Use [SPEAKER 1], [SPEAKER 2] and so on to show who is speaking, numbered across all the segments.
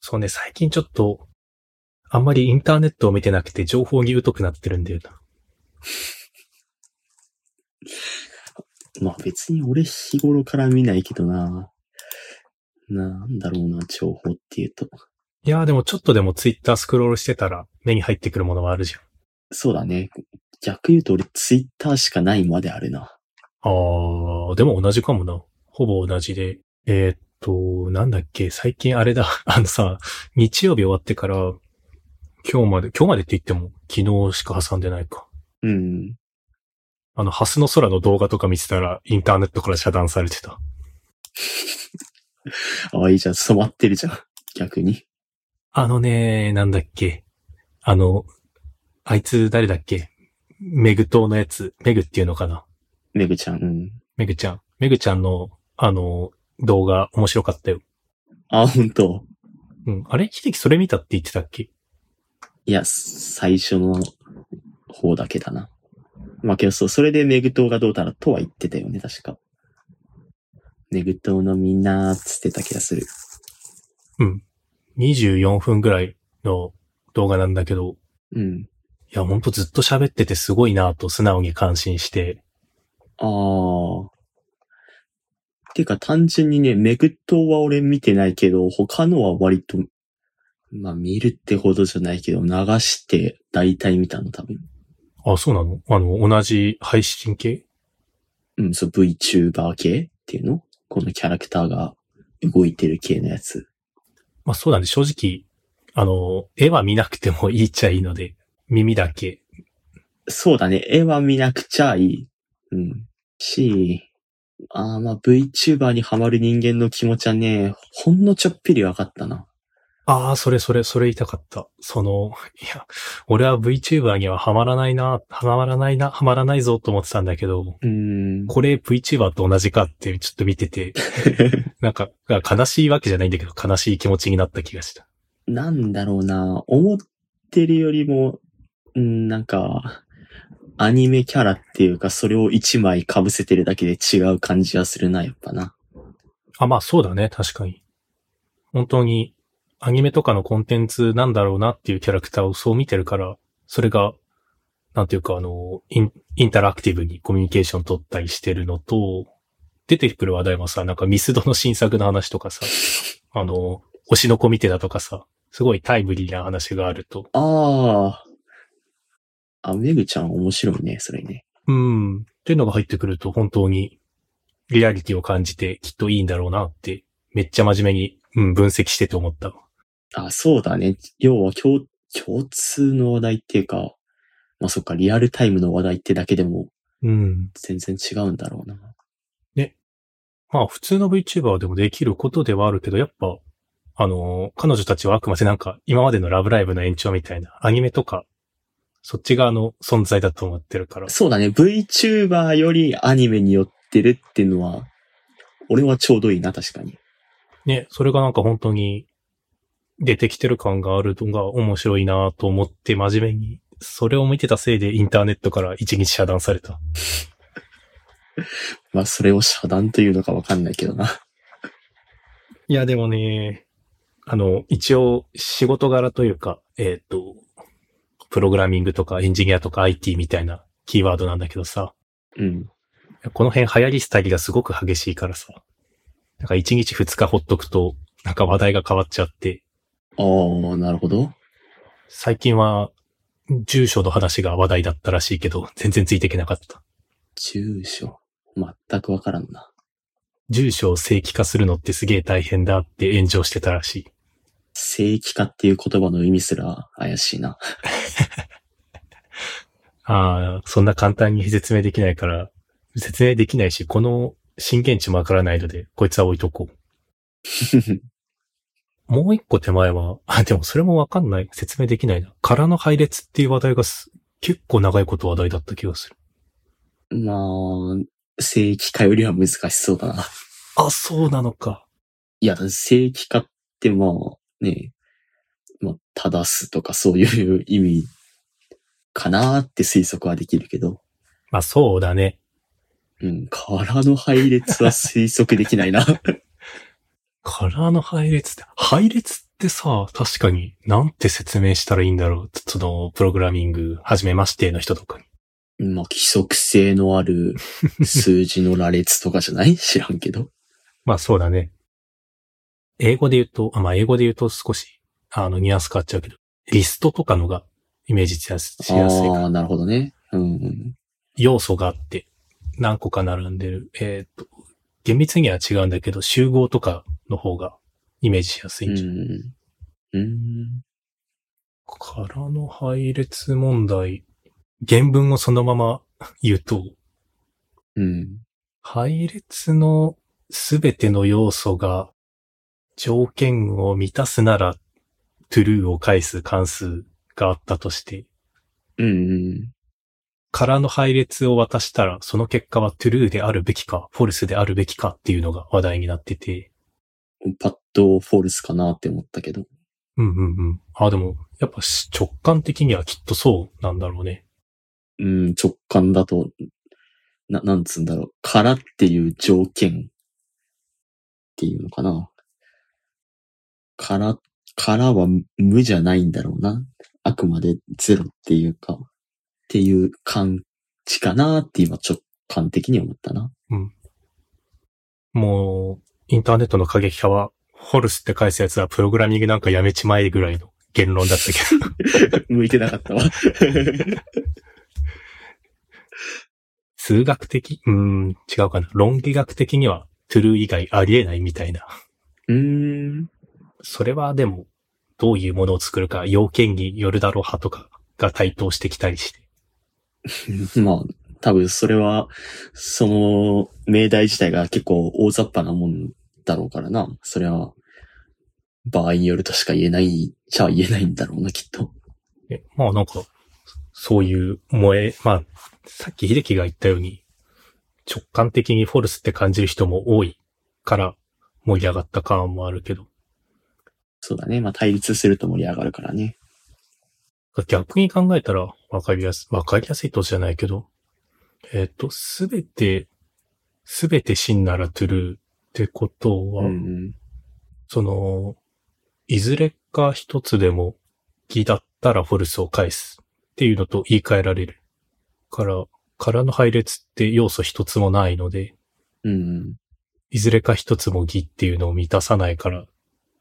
[SPEAKER 1] そうね、最近ちょっと、あんまりインターネットを見てなくて情報に疎くなってるんだよな。
[SPEAKER 2] まあ別に俺日頃から見ないけどな。なんだろうな、情報っていうと。
[SPEAKER 1] いやーでもちょっとでもツイッタースクロールしてたら目に入ってくるものはあるじゃん。
[SPEAKER 2] そうだね。逆言うと俺ツイッターしかないまであるな。
[SPEAKER 1] あー、でも同じかもな。ほぼ同じで。えーっと、なんだっけ、最近あれだ。 あのさ、日曜日終わってから、今日まで、今日までって言っても昨日しか挟んでないか。
[SPEAKER 2] うん。
[SPEAKER 1] あの、ハスの空の動画とか見てたらインターネットから遮断されてた。
[SPEAKER 2] ああ、いいじゃん。染まってるじゃん。逆に。
[SPEAKER 1] あのね、なんだっけ。あの、あいつ誰だっけメグ島のやつ。メグっていうのかな
[SPEAKER 2] めぐちゃん。うん。
[SPEAKER 1] メグちゃん。メグちゃんの、あの、動画面白かったよ。
[SPEAKER 2] あ、ほんと。
[SPEAKER 1] うん。あれ秀樹それ見たって言ってたっけ
[SPEAKER 2] いや、最初の方だけだな。まあけどそう、それでメグ島がどうだらとは言ってたよね、確か。メグ島のみんなーっつってた気がする。
[SPEAKER 1] 24分ぐらいの動画なんだけど、
[SPEAKER 2] うん。
[SPEAKER 1] いや、ほんとずっと喋っててすごいなぁと素直に感心して、
[SPEAKER 2] あー。てか単純にね、メグ島は俺見てないけど、他のは割と、まあ見るってほどじゃないけど、流して大体見たの多分。
[SPEAKER 1] あ、そうなのあの、同じ配信系
[SPEAKER 2] うん、そう VTuber 系っていうのこのキャラクターが動いてる系のやつ。
[SPEAKER 1] まあそうなんで、正直、あの、絵は見なくてもいいっちゃいいので、耳だけ。
[SPEAKER 2] そうだね。絵は見なくちゃいい。うん。し、あーまあ VTuber にハマる人間の気持ちはね、ほんのちょっぴり分かったな。
[SPEAKER 1] ああ、それそれ、それ言いたかった。その、いや、俺は VTuber にはハマらないな、ハマらないな、ハマらないぞと思ってたんだけど、
[SPEAKER 2] うーん。
[SPEAKER 1] これ VTuber と同じかってちょっと見てて、なんか、悲しいわけじゃないんだけど、悲しい気持ちになった気がした。
[SPEAKER 2] なんだろうな。思ってるよりも、うん、なんか、アニメキャラっていうか、それを一枚被せてるだけで違う感じはするな、やっぱな。
[SPEAKER 1] あ、まあそうだね、確かに。本当に、アニメとかのコンテンツなんだろうなっていうキャラクターをそう見てるから、それが、なんていうか、あの、インインタラクティブにコミュニケーション取ったりしてるのと、出てくる話題もさ、なんかミスドの新作の話とかさ、あの、推しの子見てだとかさ、すごいタイムリーな話があると、
[SPEAKER 2] ああ。あ、めぐちゃん面白いね、それね。
[SPEAKER 1] うん、っていうのが入ってくると本当にリアリティを感じてきっといいんだろうなって、めっちゃ真面目に、うん、分析してて思ったわ。
[SPEAKER 2] あ、そうだね。要は共、共通の話題っていうか、まあそっか、リアルタイムの話題ってだけでも
[SPEAKER 1] うん。
[SPEAKER 2] 全然違うんだろうな。
[SPEAKER 1] まあ普通の VTuber でもできることではあるけど、やっぱ、あのー彼女たちはあくまでなんか今までのラブライブの延長みたいなアニメとか、そっち側の存在だと思ってるから。
[SPEAKER 2] そうだね。VTuber よりアニメに寄ってるっていうのは、俺はちょうどいいな、確かに。
[SPEAKER 1] ね、それがなんか本当に出てきてる感があるのが面白いなと思って真面目に、それを見てたせいでインターネットから一日遮断された。
[SPEAKER 2] まあそれを遮断というのかわかんないけどな。
[SPEAKER 1] いや、でもね、あの、一応仕事柄というか、えっ、と、プログラミングとかエンジニアとか IT みたいなキーワードなんだけどさ、
[SPEAKER 2] うん。
[SPEAKER 1] この辺流行り廃りがすごく激しいからさ。なんか1日2日ほっとくと、なんか話題が変わっちゃって、
[SPEAKER 2] ああ、なるほど。
[SPEAKER 1] 最近は住所の話が話題だったらしいけど、全然ついていけなかった。
[SPEAKER 2] 住所。全くわからんな。
[SPEAKER 1] 住所を正規化するのってすげえ大変だって炎上してたらしい。
[SPEAKER 2] 正規化っていう言葉の意味すら怪しいな。
[SPEAKER 1] ああ、そんな簡単に説明できないから、説明できないし、この震源地もわからないので、こいつは置いとこう。もう一個手前は、あ、でもそれもわかんない。説明できないな。空の配列っていう話題がす結構長いこと話題だった気がする。
[SPEAKER 2] まあ、正規化よりは難しそうだな。
[SPEAKER 1] あ、そうなのか。
[SPEAKER 2] いや、正規化ってまあね、まあ、正すとかそういう意味かなーって推測はできるけど、
[SPEAKER 1] まあそうだね。
[SPEAKER 2] うん、空の配列は推測できないな。
[SPEAKER 1] 空の配列って、配列っってさ、確かに、なんて説明したらいいんだろう。その、プログラミング、初めましての人とかに。
[SPEAKER 2] まあ、規則性の ある数字の羅列とかじゃない知らんけど。
[SPEAKER 1] まあそうだね。英語で言うと、あまあ英語で言うと少し、あの、ニュアンス変わっちゃうけど、リストとかのが、イメージしやすしやすいか
[SPEAKER 2] あ
[SPEAKER 1] ら
[SPEAKER 2] あ、なるほどね。うんうん。
[SPEAKER 1] 要素があって、何個か並んでる。えっ、と、厳密には違うんだけど、集合とかの方がイメージしやすい
[SPEAKER 2] うん
[SPEAKER 1] じゃん
[SPEAKER 2] ん。うん。
[SPEAKER 1] からの配列問題、原文をそのまま言うと、
[SPEAKER 2] うん。
[SPEAKER 1] 配列のすべての要素が条件を満たすなら、true を返す関数があったとして、
[SPEAKER 2] うんうん。
[SPEAKER 1] からの配列を渡したら、その結果は true であるべきか、false であるべきかっていうのが話題になってて、
[SPEAKER 2] パッとフォルスかなって思ったけど。
[SPEAKER 1] うんうんうん。あ、でも、やっぱし直感的にはきっとそうなんだろうね。
[SPEAKER 2] うん、直感だと、な、なんつうんだろう。からっていう条件っていうのかな。から、からは無じゃないんだろうな。あくまでゼロっていうか、っていう感じかなって今直感的に思ったな。
[SPEAKER 1] もう、インターネットの過激派は、ホルスって返すやつはプログラミングなんかやめちまえぐらいの言論だったけど。
[SPEAKER 2] 向いてなかったわ。
[SPEAKER 1] 数学的うーん、違うかな。論理学的には、トゥルー以外ありえないみたいな。
[SPEAKER 2] うーん。
[SPEAKER 1] それはでも、どういうものを作るか、要件によるだろう派とかが対等してきたりして。
[SPEAKER 2] まあ、多分それは、その、命題自体が結構大雑把なもんだろうからな。それは、場合によるとしか言えない、じゃあ言えないんだろうな、きっと。
[SPEAKER 1] えまあなんか、そういう萌え、まあ、さっき秀樹が言ったように、直感的にフォルスって感じる人も多いから盛り上がった感もあるけど、
[SPEAKER 2] そうだね。まあ対立すると盛り上がるからね。
[SPEAKER 1] 逆に考えたら分かりやす、分かりやすいとじゃないけど、えっ、と、すべて、すべて真ならトゥルーってこと
[SPEAKER 2] う
[SPEAKER 1] は、
[SPEAKER 2] ん。
[SPEAKER 1] その、いずれか一つでも偽だったらフォルスを返すっていうのと言い換えられる。から、からの配列って要素一つもないので、
[SPEAKER 2] うん。
[SPEAKER 1] いずれか一つも偽っていうのを満たさないから、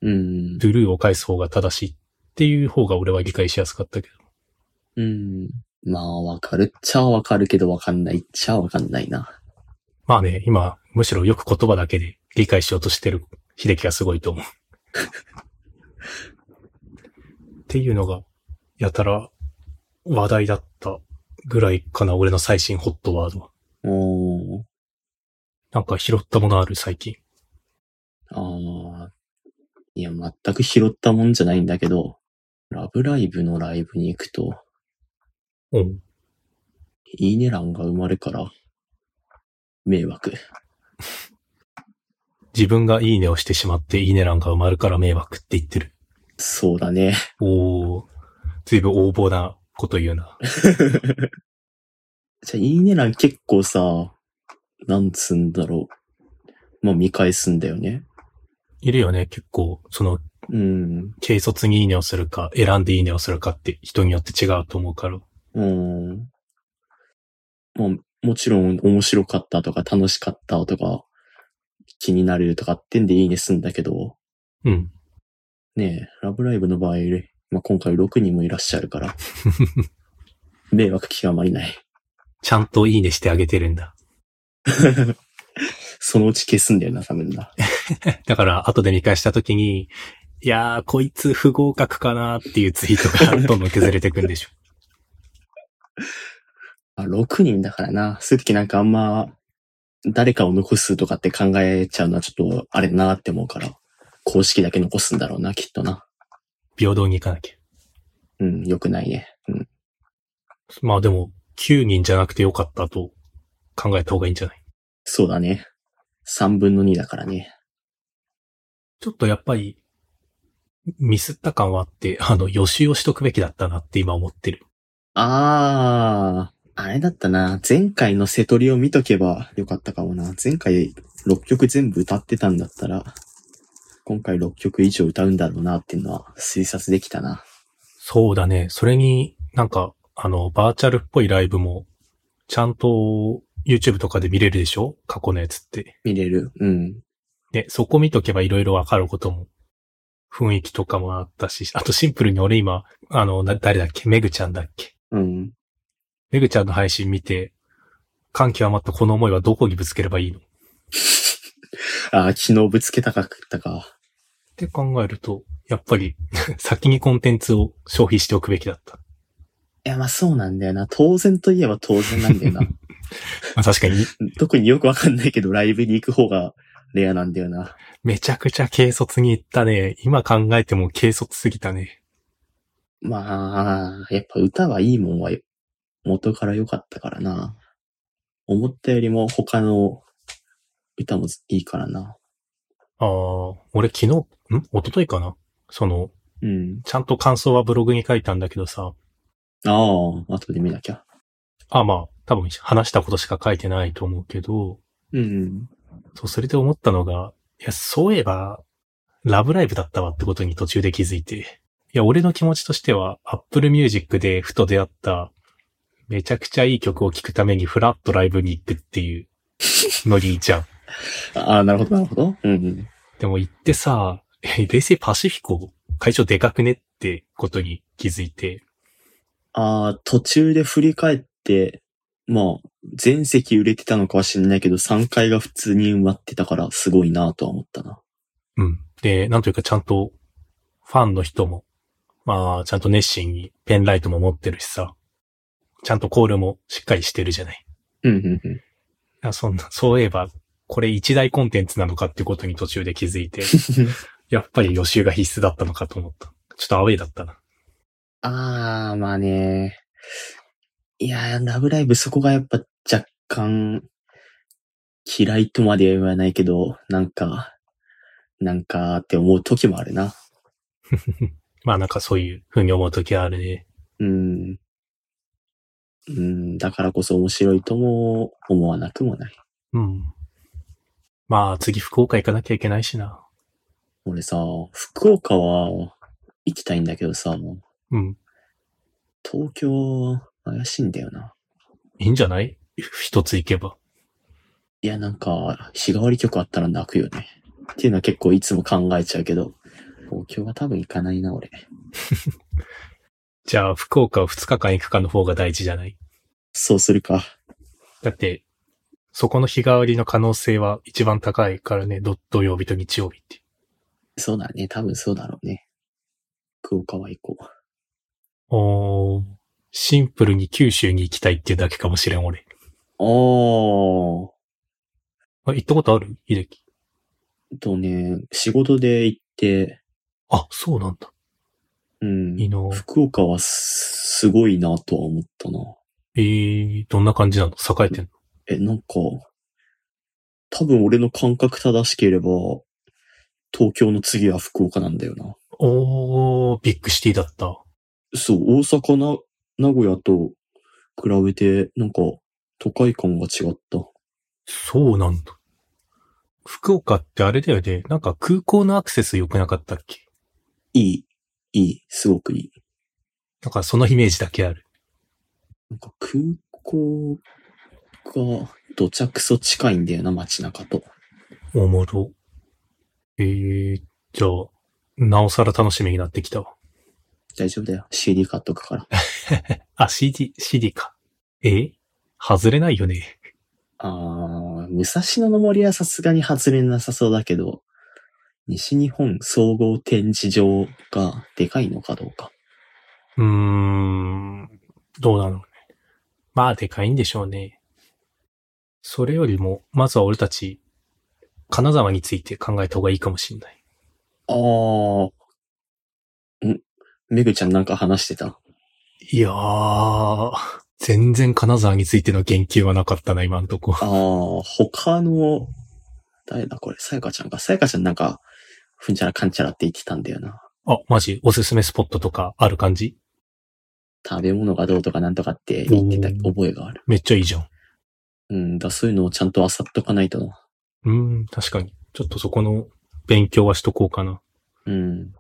[SPEAKER 2] うん。
[SPEAKER 1] トゥルーを返す方が正しいっていう方が俺は理解しやすかったけど。
[SPEAKER 2] うん。まあ、わかるっちゃわかるけど、わかんないっちゃわかんないな。
[SPEAKER 1] まあね、今、むしろよく言葉だけで理解しようとしてる秀樹がすごいと 思う。っていうのが、やたら話題だったぐらいかな、俺の最新ホットワードは。
[SPEAKER 2] おー。
[SPEAKER 1] なんか拾ったものある、最近。
[SPEAKER 2] ああ。いや、全く拾ったもんじゃないんだけど、ラブライブのライブに行くと、
[SPEAKER 1] うん。
[SPEAKER 2] いいね欄が生まれから、迷惑。
[SPEAKER 1] 自分がいいねをしてしまって、いいね欄が埋まるから迷惑って言ってる。
[SPEAKER 2] そうだね。
[SPEAKER 1] おー、ずいぶん横暴なこと言うな。
[SPEAKER 2] じゃあ、いいね欄結構さ、なんつうんだろう。まあ、見返すんだよね。
[SPEAKER 1] いるよね、結構、その、
[SPEAKER 2] うん。
[SPEAKER 1] 軽率にいいねをするか、選んでいいねをするかって人によって違うと思うから。
[SPEAKER 2] うん。まあ、もちろん面白かったとか楽しかったとか、気になるとかってんでいいねすんだけど、
[SPEAKER 1] うん。
[SPEAKER 2] ねえ、ラブライブの場合、まあ、今回6人もいらっしゃるから、迷惑極まりない。
[SPEAKER 1] ちゃんといいねしてあげてるんだ。
[SPEAKER 2] そのうち消すんだよな、多分な。
[SPEAKER 1] だから、後で見返した時に、いやー、こいつ不合格かなっていうツイートがどんどん削れてくんでしょ。
[SPEAKER 2] あ、6人だからな。そういう時なんかあんま、誰かを残すとかって考えちゃうのはちょっとあれだなって思うから、公式だけ残すんだろうな、きっとな。
[SPEAKER 1] 平等にいかなきゃ。
[SPEAKER 2] うん、良くないね。うん。
[SPEAKER 1] まあでも、9人じゃなくてよかったと考えた方がいいんじゃない
[SPEAKER 2] そうだね。3分の2だからね。
[SPEAKER 1] ちょっとやっぱり、ミスった感はあって、あの、予習をしとくべきだったなって今思ってる。
[SPEAKER 2] あー、あれだったな。前回の瀬取りを見とけばよかったかもな。前回6曲全部歌ってたんだったら、今回6曲以上歌うんだろうなっていうのは推察できたな。
[SPEAKER 1] そうだね。それになんか、あの、バーチャルっぽいライブも、ちゃんと YouTube とかで見れるでしょ過去のやつって。
[SPEAKER 2] 見れる。うん。
[SPEAKER 1] で、そこ見とけばいろいろわかることも、雰囲気とかもあったし、あとシンプルに俺今、あの、な誰だっけめぐちゃんだっけ
[SPEAKER 2] うん。
[SPEAKER 1] めぐちゃんの配信見て、感極まったこの思いはどこにぶつければいいのっ
[SPEAKER 2] ああ、昨日ぶつけたかったか。
[SPEAKER 1] て考えると、やっぱり 先にコンテンツを消費しておくべきだった。
[SPEAKER 2] いや、まあそうなんだよな。当然といえば当然なんだよな。
[SPEAKER 1] まあ、確かに、
[SPEAKER 2] 特によくわかんないけど、ライブに行く方がレアなんだよな。
[SPEAKER 1] めちゃくちゃ軽率に言ったね。今考えても軽率すぎたね。
[SPEAKER 2] まあ、やっぱ歌はいいもんは元から良かったからな。思ったよりも他の歌もいいからな。
[SPEAKER 1] ああ、俺昨日、ん一昨日かなその、
[SPEAKER 2] うん。
[SPEAKER 1] ちゃんと感想はブログに書いたんだけどさ、
[SPEAKER 2] ああ、後で見なきゃ。
[SPEAKER 1] あ、まあ、多分話したことしか書いてないと思うけど、
[SPEAKER 2] うん。
[SPEAKER 1] そう、それで思ったのが、いや、そういえば、ラブライブだったわってことに途中で気づいて、いや、俺の気持ちとしては、Apple Music でふと出会った、めちゃくちゃいい曲を聴くためにフラッとライブに行くっていうノリじゃん。
[SPEAKER 2] ああ、なるほど、なるほど。うんうん。
[SPEAKER 1] でも行ってさ、え冷静パシフィコ、会場でかくねってことに気づいて、
[SPEAKER 2] ああ、途中で振り返って、まあ、全席売れてたのかは知んないけど、3階が普通に埋まってたから、すごいなとは思ったな。
[SPEAKER 1] うん。で、なんというかちゃんと、ファンの人も、まあ、ちゃんと熱心にペンライトも持ってるしさ、ちゃんとコールもしっかりしてるじゃない。
[SPEAKER 2] うん、うん、うん。
[SPEAKER 1] あそんな、そういえば、これ一大コンテンツなのかってことに途中で気づいて、やっぱり予習が必須だったのかと思った。ちょっとアウェイだったな。
[SPEAKER 2] ああ、まあね。いやー、ラブライブそこがやっぱ若干嫌いとまでは言わないけど、なんか、なんかって思う時もあるな。
[SPEAKER 1] まあなんかそういう風に思うときはあるね。
[SPEAKER 2] うん。うん、だからこそ面白いとも思わなくもない。
[SPEAKER 1] うん。まあ次福岡行かなきゃいけないしな。
[SPEAKER 2] 俺さ、福岡は行きたいんだけどさ、
[SPEAKER 1] うん。
[SPEAKER 2] 東京怪しいんだよな。
[SPEAKER 1] いいんじゃない 一つ行けば。
[SPEAKER 2] いや、なんか、日替わり曲あったら泣くよね。っていうのは結構いつも考えちゃうけど、東京は多分行かないな、俺。
[SPEAKER 1] じゃあ福岡を2日間行くかの方が大事じゃない
[SPEAKER 2] そうするか。
[SPEAKER 1] だって、そこの日替わりの可能性は一番高いからね、ど土曜日と日曜日って。
[SPEAKER 2] そうだね。多分そうだろうね。福岡は行こう。
[SPEAKER 1] おー、シンプルに九州に行きたいっていうだけかもしれん、俺。
[SPEAKER 2] おー。
[SPEAKER 1] あ、行ったことある秀樹。
[SPEAKER 2] えっとね、仕事で行って、
[SPEAKER 1] あ、そうなんだ。
[SPEAKER 2] うん。
[SPEAKER 1] いいな
[SPEAKER 2] 福岡はすすごいなとは思ったな。
[SPEAKER 1] えー、どんな感じなの栄えてんの
[SPEAKER 2] え、なんか、多分俺の感覚正しければ、東京の次は福岡なんだよな。
[SPEAKER 1] おー、ビッグシティだった。
[SPEAKER 2] そう、大阪な、名古屋と比べて、なんか、都会感が違った。
[SPEAKER 1] そうなんだ。福岡ってあれだよね。なんか空港のアクセス良くなかったっけ
[SPEAKER 2] いい、いい、すごくいい。
[SPEAKER 1] なんかそのイメージだけある。
[SPEAKER 2] なんか空港がどちゃくそ近いんだよな、街中と。
[SPEAKER 1] おもろ。えー、じゃあ、なおさら楽しみになってきたわ。
[SPEAKER 2] 大丈夫だよ。CD 買っとくから。
[SPEAKER 1] あ、CD、CD か。え外れないよね。
[SPEAKER 2] あー、武蔵野の森はさすがに外れなさそうだけど、西日本総合展示場がでかいのかどうか。
[SPEAKER 1] うーん、どうなのね。まあ、でかいんでしょうね。それよりも、まずは俺たち、金沢について考えた方がいいかもしれない。
[SPEAKER 2] あー。んめぐちゃんなんか話してた
[SPEAKER 1] いやー、全然金沢についての言及はなかったな、今んとこ。
[SPEAKER 2] ああ、他の、誰だこれ、さやかちゃんか。さやかちゃんなんか、ふんちゃらかんちゃらって言ってたんだよな。
[SPEAKER 1] あ、マジおすすめスポットとかある感じ
[SPEAKER 2] 食べ物がどうとかなんとかって言ってた
[SPEAKER 1] おー
[SPEAKER 2] 覚えがある。
[SPEAKER 1] めっちゃいいじゃん。
[SPEAKER 2] うんだ、そういうのをちゃんと漁っとかないとな。
[SPEAKER 1] うーん、確かに。ちょっとそこの勉強はしとこうかな。
[SPEAKER 2] うん。